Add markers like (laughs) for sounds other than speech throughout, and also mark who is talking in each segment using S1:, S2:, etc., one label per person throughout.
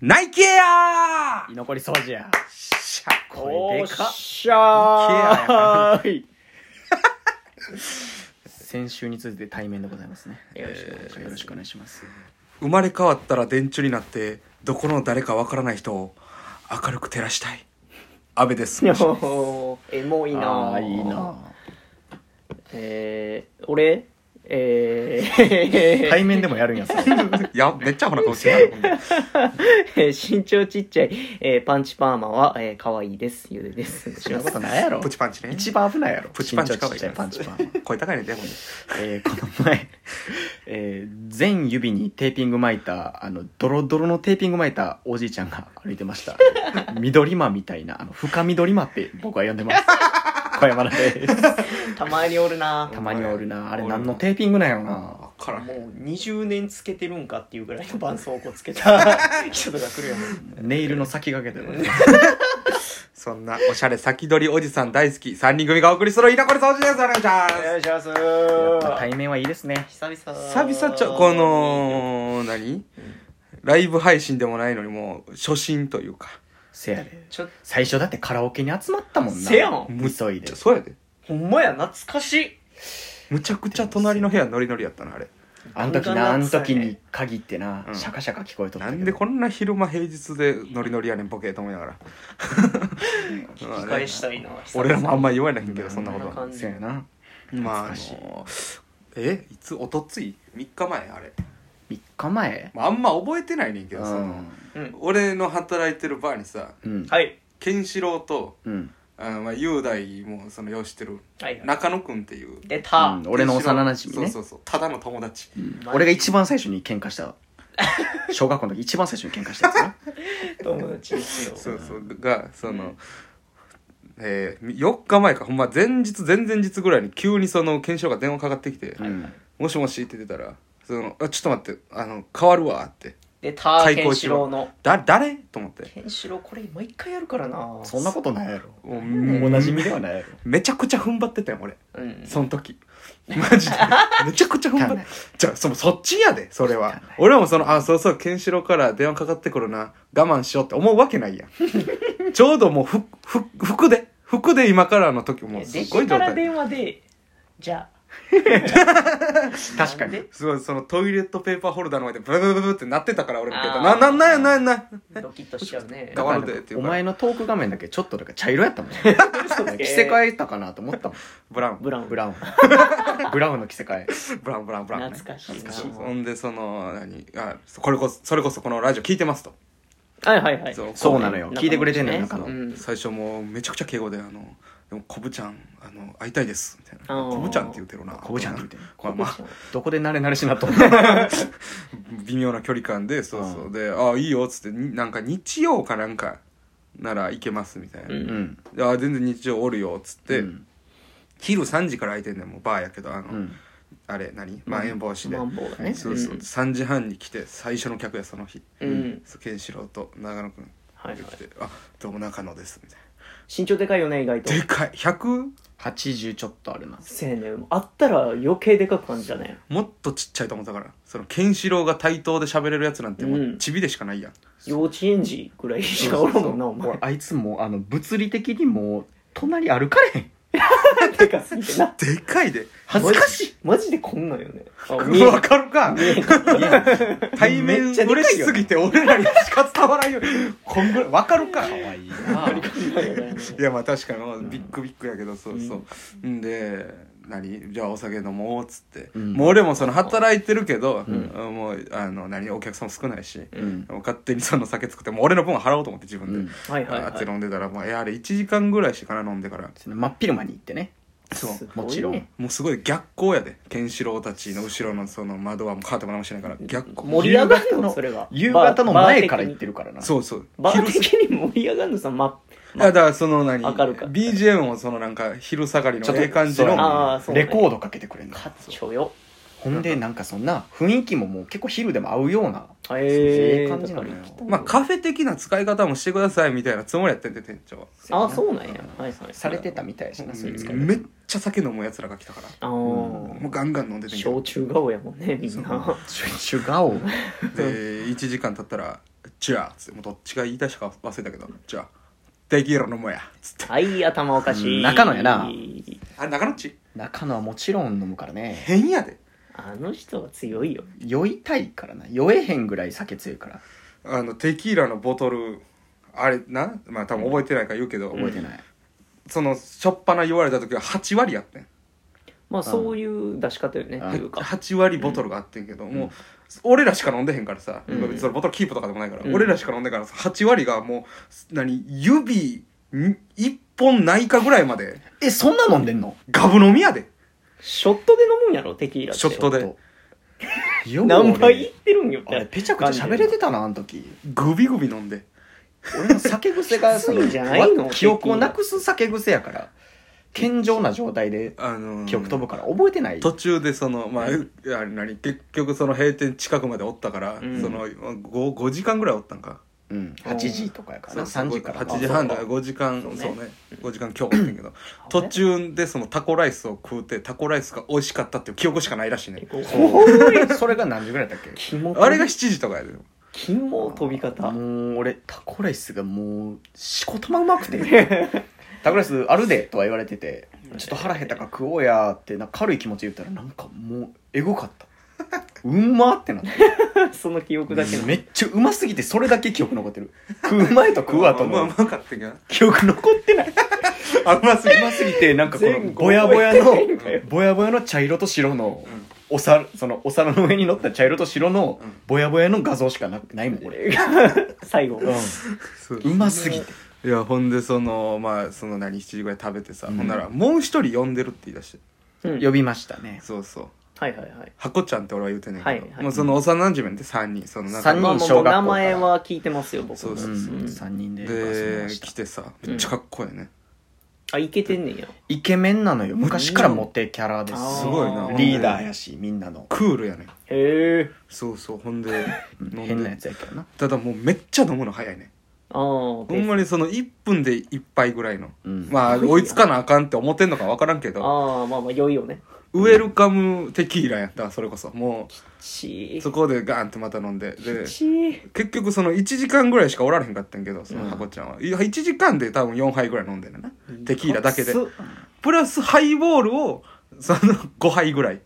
S1: ナイケア
S2: 居残り掃除や。
S1: しゃ、
S3: (laughs)
S1: これでか
S2: おっ
S1: っ。
S2: しゃーい。先週に続いて対面でございますね。
S1: よろしくお願いします
S2: よろしくお願いします。
S1: 生まれ変わったら電柱になって、どこの誰かわからない人を明るく照らしたい。安倍です。
S3: やーエモいな
S2: あ
S3: あ
S2: ーいいな。
S3: えー、俺えー、
S2: 対面でもやるんやそれ
S1: いや、めっちゃほな顔してるな。
S3: 身長ちっちゃい、えーパンチパーマは、えー、可愛いですゆでです
S2: そ (laughs) んなことないや
S1: (laughs)
S2: ろ
S1: プ。チパンチね。
S2: 一番危ないやろ。
S1: プチパンチ
S2: 身長ちっちゃい
S1: 可
S2: パ
S1: 愛
S2: ン
S1: い
S2: チパン。
S1: 声高いね、でもね。
S2: えー、この前、えー、全指にテーピング巻いた、あの、ドロドロのテーピング巻いたおじいちゃんが歩いてました。緑間みたいな、あの、深緑間って僕は呼んでます。小山田です。
S3: たまにおるな
S2: たまにおるな。あれ何のテーピングなんやろな。
S1: わからへん。
S3: もう20年つけてるんかっていうぐらいの絆創膏つけた人が来るよね
S2: ネイルの先駆けてる。
S1: そんなおしゃれ先取りおじさん大好き三人組がお送りする稲これ掃除ですお願いします
S3: いします
S2: やっぱ対面はいいですね。
S3: 久々
S1: 久々ちょこの何ライブ配信でもないのにもう初心というか
S2: せやで。
S3: ちょ
S2: 最初だってカラオケに集まったもんな。
S3: せやん
S2: 急いで。
S1: そうやで
S3: ほんまや懐かしい
S1: むちゃくちゃ隣の部屋ノリノリやったなあれ
S2: あの時
S3: な
S2: な、あ
S3: ん
S2: の
S3: かな
S2: 時に限ってな、
S1: うん
S2: シャカシャカ聞こえとっ
S1: な
S2: たけど。
S1: んでこんな昼間平日でノリノリやねんボケと思いながら
S3: 聞き返したいな
S1: 俺らもあん
S3: ま
S1: ま言われないんけどそんなこ
S3: そんな
S1: と
S3: 感
S1: は
S3: じ
S2: せやな。
S1: まああ
S2: 懐かしい
S1: のえいつおとつい3日前あれ
S2: 3日前
S1: まああんま覚えてないねんけど
S2: う
S1: その
S2: ん。
S3: うん
S1: 俺の働いてるバーにさ
S2: うん。
S3: はい
S1: ケンシロウと
S2: うん。
S1: あのまあ、雄大もそのよう知ってる
S3: はいはい
S1: 中野くんっていう
S3: 出た、
S2: うん俺の幼馴染ね
S1: そうそうそうただの友達
S2: うん俺が一番最初に喧嘩した。小学校の時一番最初に喧嘩したやつな。
S3: 友達ですよ
S1: そうそうがその、えー、4日前かほんま前日前々日ぐらいに急にそのケンシロウが電話かかってきて (laughs)
S2: う
S1: 「
S2: ん。
S1: もしもし」って出たら「そのあちょっと待ってあの変わるわ」って
S3: 出た
S1: 開
S3: ケ
S1: 口
S3: ン
S1: し
S3: シ
S1: ろ
S3: ロウの
S1: だ誰と思って
S3: ケンシロウこれ毎回やるからな
S2: そんなことないやろ。
S1: もう
S2: おなじみでは
S1: ない
S2: ないやろ。
S1: めちゃくちゃ踏ん張ってたよ俺
S3: うん
S1: その時マ
S3: (laughs)
S1: ジでめちゃくちゃ踏ん張っ
S2: 汚い
S1: てじゃあそのそっちやでそれは俺もそのあそうそうケンシロウから電話かかってくるな我慢しようって思うわけないや
S3: (laughs)
S1: んちょうどもうふふ服で服で今からの時もうす
S3: で
S1: ごい
S3: き
S1: 状
S3: たら
S1: 態
S3: 電話でじゃあ
S2: 確かに
S3: なんです
S1: ごいそのトイレットペーパーホルダーの前でブルブルブルブルってなってたから俺もけど
S3: あ
S1: な
S3: ー
S1: ななんやなんやなんや
S3: ドキッとしちゃうね
S1: 変わるでっていう
S2: お
S1: から
S2: 前のトーク画面だけちょっとだけ茶色
S1: (laughs)
S2: やったもん。着せ替えたかなと思ったもん。
S1: ブラウン
S3: ブラウン
S1: (laughs)
S2: ブラウン。ブラウンの着せ替え。
S1: ブラウンブラウンブラウン、ね、
S3: 懐かしいな
S1: ほんでその何あこれこそそれこそこのラジオ聞いてますと
S3: はいはいはい
S1: そう
S2: そうなのよ
S3: 中
S2: 聞いてくれてんのよ
S3: 中
S2: 中野
S3: うん
S1: 最初もうめちゃくちゃ敬語で「あのでもコブちゃんあの会いたいです」みたいな「
S3: あー
S1: コブちゃんって言うてるな」
S2: こうじゃんって言って。
S1: まあま
S3: (laughs)
S1: あ
S2: どこで慣れ慣れしなと思った。
S1: 微妙な距離感でそうそううで「ああいいよ」っつってになんか日曜かなんかなら行けますみたいな「
S2: (laughs)
S3: うん
S2: うん。
S1: でああ全然日曜おるよ」っつって、
S2: うん
S1: 昼3時から空いてんねんもうバーやけどあの、
S2: うん。
S1: あれ何まん延防止で、
S3: マンボウがね
S1: そうそう、3時半に来て最初の客やその日、
S3: うんうん
S1: そうケンシロウと長野くん
S3: はいはい
S1: 来て「あどうも中野です」みたい
S3: 身長でかいよね意外と
S1: なでかい 100?
S2: 80ちょっとあるな。
S3: せやねあったら余計でかく感じだね
S1: もっとちっちゃいと思ったからそのケンシロウが対等で喋れるやつなんてもううんチビでしかないやん、
S3: 幼稚園児ぐらいしかおらんもんなお前
S2: 俺あいつもうあの物理的にもう隣歩かれへん
S3: でかすぎてな
S1: でかいで
S2: 恥ずかしい
S3: マジでこんなんよねあ見え
S1: わかるか対
S2: め
S1: 面
S2: っちゃでかいよな
S1: 嬉しすぎて俺らにしか伝わらんよこんぐらいわかるか
S2: か
S1: い
S2: わいいな
S1: やまあ確かにまあビッグビッグやけどそうそううんで何じゃあお酒飲もうっつって、
S2: うん
S1: もう俺もその働いてるけど、
S2: うん
S1: もうあの何お客さんも少ないし、
S2: うん
S1: もう勝手にその酒作ってもう俺の分は払おうと思って自
S2: う
S1: 分で、
S2: ん
S3: はいはい
S1: あっ
S3: は
S1: て
S3: い
S1: 飲んでたら、まあ、いやあれ1時間ぐらいしてから飲んでから
S2: その真っ昼間に行ってね
S1: そう
S3: すごいね
S2: もちろん
S1: もうすごい逆光やでケンシロウたちの後ろのその窓はもうカーテンも何もしないから逆光
S3: 盛り上がるのそれは
S2: 夕方の前から行って
S3: る
S2: るからな
S1: そうそう
S3: バー
S1: 昼
S3: 的に盛り上がるのさま
S1: いやだからその何
S3: 明るかった
S1: BGM をそのなんか昼下がり
S2: ちょっ
S1: の
S2: と
S1: ええ感じの
S3: あーそうね
S2: レコードかけてくれんの
S3: かっちょよ
S2: ほんでなんかそんな雰囲気ももう結構昼でも合うような
S3: ええ
S2: そういう感じなのよ
S1: まあカフェ的な使い方もしてくださいみたいなつもりやってて店長は
S3: あそうなんやはいはい
S2: されてたみたいやしなそういう使い方
S1: めっちゃ酒飲むやつらが来たから
S3: ああ、
S1: もうガンガン飲んでてんけど
S3: 焼酎顔やもんねみんな
S2: シュシュガオ
S1: で1時間経ったら「じゃあ」つってもうどっちが言い出したか忘れたけど「じゃあテキーラ飲もうや」つって
S3: はい頭おかしい
S2: 中野やな
S1: あれ中野っち
S2: 中野はもちろん飲むからね
S1: 変やで
S3: あの人は強いよ
S2: 酔いたいからな酔えへんぐらい酒強いから
S1: あのテキーラのボトルあれなまあ多分覚えてないから言うけど、
S2: 覚えてない、
S1: そのしょっぱな言われた時は8割やってん
S3: まあそういう出し方よね
S2: うん
S3: というか
S1: 8割ボトルがあってんけど、もう俺らしか飲んでへんからさ、
S3: うん
S1: 別にそれボトルキープとかでもないから、
S3: うん
S1: 俺らしか飲んでんからさ8割がもう何指1本ないかぐらいまで
S2: えそんな飲んでんの
S1: ガブ飲みやで
S3: ショットで飲むんやろテキーラって
S1: ショットで
S2: よう
S3: 何杯いってるんよっ
S2: 俺あれ
S3: て
S2: ペチャクチャ喋れてたなあの時
S1: グビグビ飲んで
S2: 俺の酒癖がそ
S3: きついんじゃないの
S2: わ記憶をなくす酒癖やから健常な状態で
S1: あのー
S2: 記憶飛ぶから覚えてない、
S1: 途中でそのまああれ何結局その閉店近くまでおったから、
S3: うん
S1: その 5, 5時間ぐらいおったんか
S2: うん、8時とかやからな
S1: そう
S2: 3時から
S1: 8時半だ
S2: あ
S1: か
S2: そう
S1: ら5時間
S3: そうね
S1: そうね5時間今日おったんやけど途中でそのタコライスを食うてタコライスが美味しかったっていう記憶しかないらしいね
S2: かそれが何時ぐらいだったっけ
S3: 肝
S1: あれが7時とかやで
S3: 肝飛び方
S2: もう俺タコライスがもうしこたまうまくて
S1: (laughs)
S2: タコライスあるでとは言われててちょっと腹減ったから食おうやってなんか軽い気持ちで言ったらなんかもうエゴかった
S1: (laughs)
S2: うんまってなって
S3: その記憶だけの
S2: めっちゃうますぎてそれだけ記憶残ってる食う前と食う後
S1: まあう
S2: の
S1: まかったけど
S2: 記憶残ってない
S1: (laughs) あうますぎ
S2: うますぎてなんかこの
S3: 全部
S2: ぼやぼやの
S3: 覚えてないんだよ
S2: ぼやぼやの茶色と白の
S1: うん
S2: お皿そのお皿の上に乗った茶色と白の
S1: うん
S2: ぼやぼやの画像しかなないもん俺、
S3: (laughs) 最後
S1: そう
S2: うん、うますぎて
S1: いやほんでそのまあその何7時ぐらい食べてさ、
S2: うん
S1: ほんならもう一人呼んでるって言い出して
S3: うん
S2: 呼びましたね
S1: そうそう
S3: はいはいはい
S1: ハコちゃんって俺は言うてんねんけど、
S3: はいはい
S1: もうその幼馴染で3人その
S2: 三人
S3: まあまあ
S2: 小
S3: ま
S2: 学校
S3: あ
S2: から
S3: 名前は聞いてますよ僕
S1: そう
S2: う
S1: そ
S2: ん、
S1: うそう
S2: 3人で遊び
S1: で
S2: ました
S1: 来てさめっちゃかっこいいね、
S3: あいけてんねんや
S2: イケメンなのよ昔からモテキャラです
S3: うん
S1: すごいな
S3: あー
S2: リーダーやしみんなの
S1: クールやね
S3: へえ
S1: そうそうほんで飲んで
S2: 変なやつやけどな
S1: ただもうめっちゃ飲むの早いね
S3: ああ
S1: ほんまにその1分で1杯ぐらいの
S2: うん
S1: まあ追いつかなあかんって思ってんのか分からんけど
S3: ああまあまあ良いよね
S1: ウェルカムテキーラやったそれこそも
S3: ち
S1: う
S3: ー
S1: そこでガーンってまた飲んでで
S3: ちー
S1: 結局その1時間ぐらいしかおられへんかったんけどそのハコちゃんは、いや1時間で多分4杯ぐらい飲んでんねんなテキーラだけで
S3: 熱っ
S1: プラスハイボールをその5杯ぐらい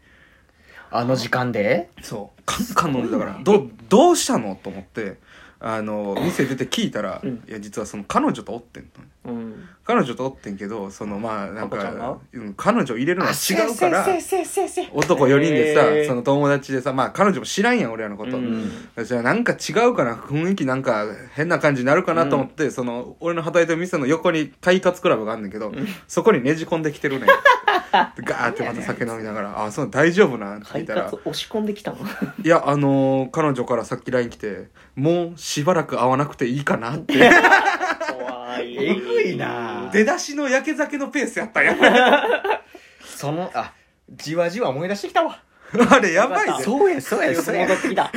S2: あの時間で
S1: そうカンカン飲んでたからどどうしたのと思ってあの店出て聞いたら、
S3: うん
S1: いや実はその彼女とおってんの
S3: うん
S1: 彼女とおってんけどそのまあなん
S3: あこちゃん
S1: か
S3: が、
S1: うん、彼女入れるのは違うから
S2: せせせせせ
S1: 男4人でさ、
S3: へー
S1: その友達でさまあ彼女も知らんやん俺らのこと、
S3: うん
S1: じゃあなんか違うかな雰囲気なんか変な感じになるかなと思って、その俺の働いてる店の横にタイカツクラブがあんねんけど、そこにねじ込んできてるねんガーってまた酒飲みながら「あそう大丈夫な」って聞
S3: 快
S1: いたら
S3: 活押し込んできたの
S1: いや、あのー彼女からさっき LINE 来て、もうしばらく会わなくていいかなって。
S3: 怖 (laughs) い
S2: えぐいな
S1: 出だしの焼け酒のペースやったやん。
S2: そのあじわじわ思い出してきたわ
S1: あれやばいで。
S2: そうやそうや
S3: よく
S2: そうや
S3: 戻ってきた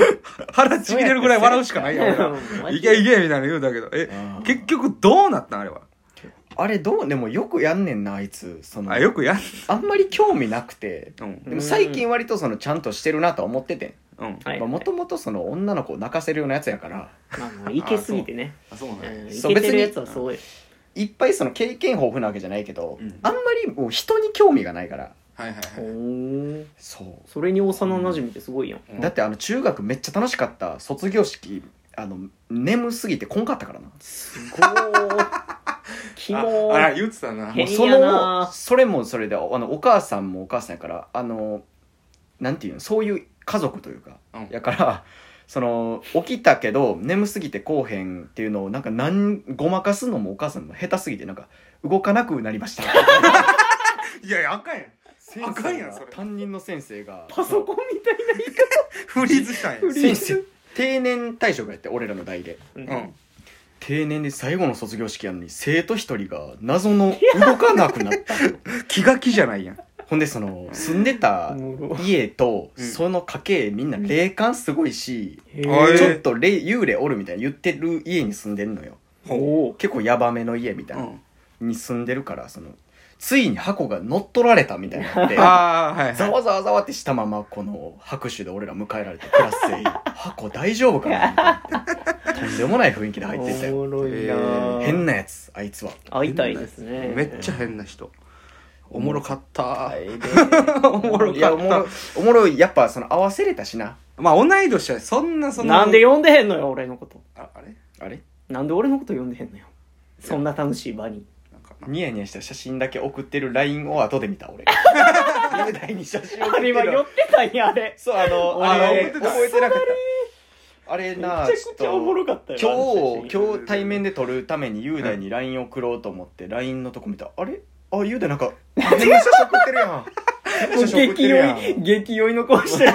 S1: 腹ちぎれるぐらい笑うしかないやん俺ら。
S3: マ
S1: い
S3: ジ
S1: けいけみたいな言うだけど。え
S2: うん、
S1: 結局どうなったんあれは。
S2: あれどうでもよくやんねんなあいつその
S1: あ、よくやん。
S2: あんまり興味なくて
S1: うん。
S2: でも最近割とそのちゃんとしてるなとは思ってて
S1: うん。
S3: はい
S2: もともとその女の子を泣かせるようなやつやから
S3: まあもういけすぎてね
S1: あ、そう
S3: うんい
S2: そう
S3: けてるやつはそうよ
S2: いっぱいその経験豊富なわけじゃないけど、
S1: うん
S2: あんまりもう人に興味がないから
S1: はいはい
S3: お
S1: はい。
S3: ー
S2: そ
S3: それに幼馴染ってすごいやん
S1: うん
S2: だってあの中学めっちゃ楽しかった卒業式あの眠すぎてこんかったからな
S3: すごーキ
S1: あ
S3: モ
S1: あら、
S3: ー
S1: 言ってたな。
S3: へ
S2: もう
S3: 変
S2: そ
S3: やな
S2: のそれもそれであのお母さんもお母さんやからあのなんていうのそういう家族というか、
S1: うん
S2: やからその起きたけど眠すぎてこうへんっていうのをなんかなんごまかすのもお母さんも下手すぎてなんか動かなくなり
S1: (laughs)
S2: ました
S1: いやいや、あかん (laughs) やん。
S2: 先
S1: あかんやんそれ
S2: 担任の先生が
S3: パソコンみたいな言い
S1: フリーズしたんや。
S3: フリ
S2: 先生定年退職やって俺らの代で
S1: う
S3: 方
S1: ん。
S2: 定年で最後の卒業式やのに生徒一人が謎の動かなくなった
S1: 気が気じゃないやん。
S2: ほんでその住んでた家と
S1: うん
S2: その家系みんな霊感すごいし、
S3: へ
S1: うん
S2: ち
S3: ー
S2: ょっと霊幽霊おるみたいに言ってる家に住んでんのよ
S3: おー
S2: 結構ヤバめの家みたいな、
S1: うん
S2: に住んでるからそのついに箱が乗っ取られたみたいにな
S1: (laughs)
S2: って
S1: ああはい
S2: (laughs) ざ
S1: は
S2: わざわざわってしたままこの拍手で俺ら迎えられてクラス (laughs) 全員箱大丈夫かなみたいなとんでもない雰囲気で入ってった
S3: お
S2: よ
S3: もろいな
S1: え
S3: ー
S1: ー
S2: 変なやつあいつは
S3: 会いたいですね
S1: いめっちゃ変な人おもろかった
S2: おもろいやおもろいおもろいやっぱその合わせれたしな
S1: まあ同い年はそんなそんな
S3: なんで呼んでへんのよ俺のこと
S1: ああれ
S2: あれ
S3: なんで俺のこと呼んでへんのよそんな楽しい場に
S1: なんか
S2: ニヤニヤした写真だけ送ってる LINE を後で見た (laughs) 俺雄大に写真送
S3: あ
S2: って
S3: れ
S2: る
S3: は寄ってたんやあれ
S2: そうあの
S3: 俺
S2: あの覚えて覚えてなかったあ
S3: め
S2: れ
S3: ちゃ
S2: な
S3: くちゃおもろかったよ
S2: 今日
S3: 今
S2: 今日対面で撮るために雄大に LINE 送ろうと思って LINE のとこ見たらあれあ雄大なんかめっちゃ写真送ってるやんめっちゃ写真送って
S3: 激
S2: るやん
S3: 酔い激酔いの顔してる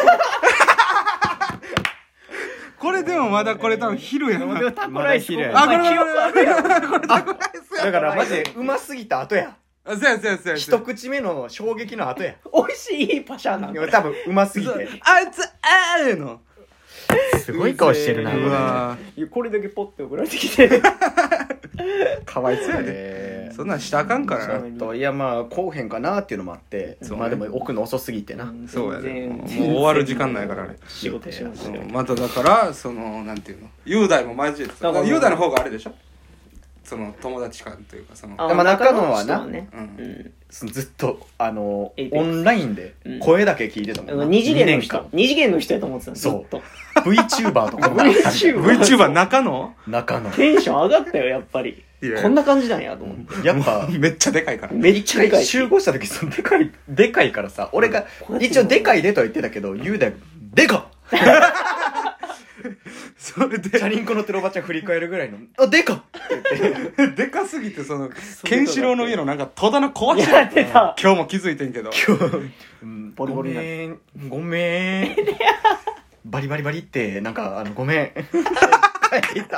S1: これでもまだこれ多分昼や
S3: で
S1: な
S3: もタコライス
S2: まだ昼や
S1: あこれこ
S3: 記憶ある
S1: れこれこれタコライスや
S2: だからマジでうますぎた後や
S1: あ (laughs) そうやそうやそうやそう
S2: 一
S1: や
S2: 口目の衝撃の後や
S3: 美味しいパシャなんだ
S2: 多分うますぎて
S1: あいつあーの
S2: す
S3: ごい顔してるな
S1: うわ
S3: いやこれだけポッて送られてきて
S2: かわいそう
S1: やで
S2: で
S1: そんなんしたらあかんからな
S2: ちょっといやまあこうへんかなっていうのもあって、
S1: そうね
S2: まあでも奥の遅すぎてな、
S1: そうやで
S3: 全然
S1: もう終わる時間ないからあれ
S3: 仕事しまし
S1: そ
S3: たよ
S1: のまただからそのなんていうの雄大もマジで
S3: だから
S1: 雄大の方があれでしょその友達感というかその
S2: まあ中野はな
S3: 中ね
S1: うん
S3: うん
S2: そのずっとあの
S3: エイペッ
S2: オ
S3: クス
S2: ンラインで声だけ聞いてたも
S3: あ
S2: んな、
S3: の二次元の
S2: 二
S3: 人二次元の人やと思ってたのず
S2: そう
S3: っと
S2: VTuber とかも
S1: VTuber 中野
S2: 中野
S3: テンション上がったよやっぱり
S1: いや
S3: こんな感じなんやと思って
S2: やっぱ
S1: めっちゃでかいから (laughs)
S3: めっちゃでかいし
S2: 集合した時そのでかいでかいからさ俺が一応でかいでとは言ってたけど雄大がで (laughs) かっ
S1: それ
S2: チャリンコ乗ってるおばちゃん振り返るぐらいのあでかっ
S1: ででかすぎてそのケンシロウの家のなんか戸棚壊して
S3: やってた
S1: 今日も気づいてんけど
S2: 今日、うん
S3: ボリボリになって
S2: ごめんご (laughs) めんバリバリバリってなんかあのごめん帰っていった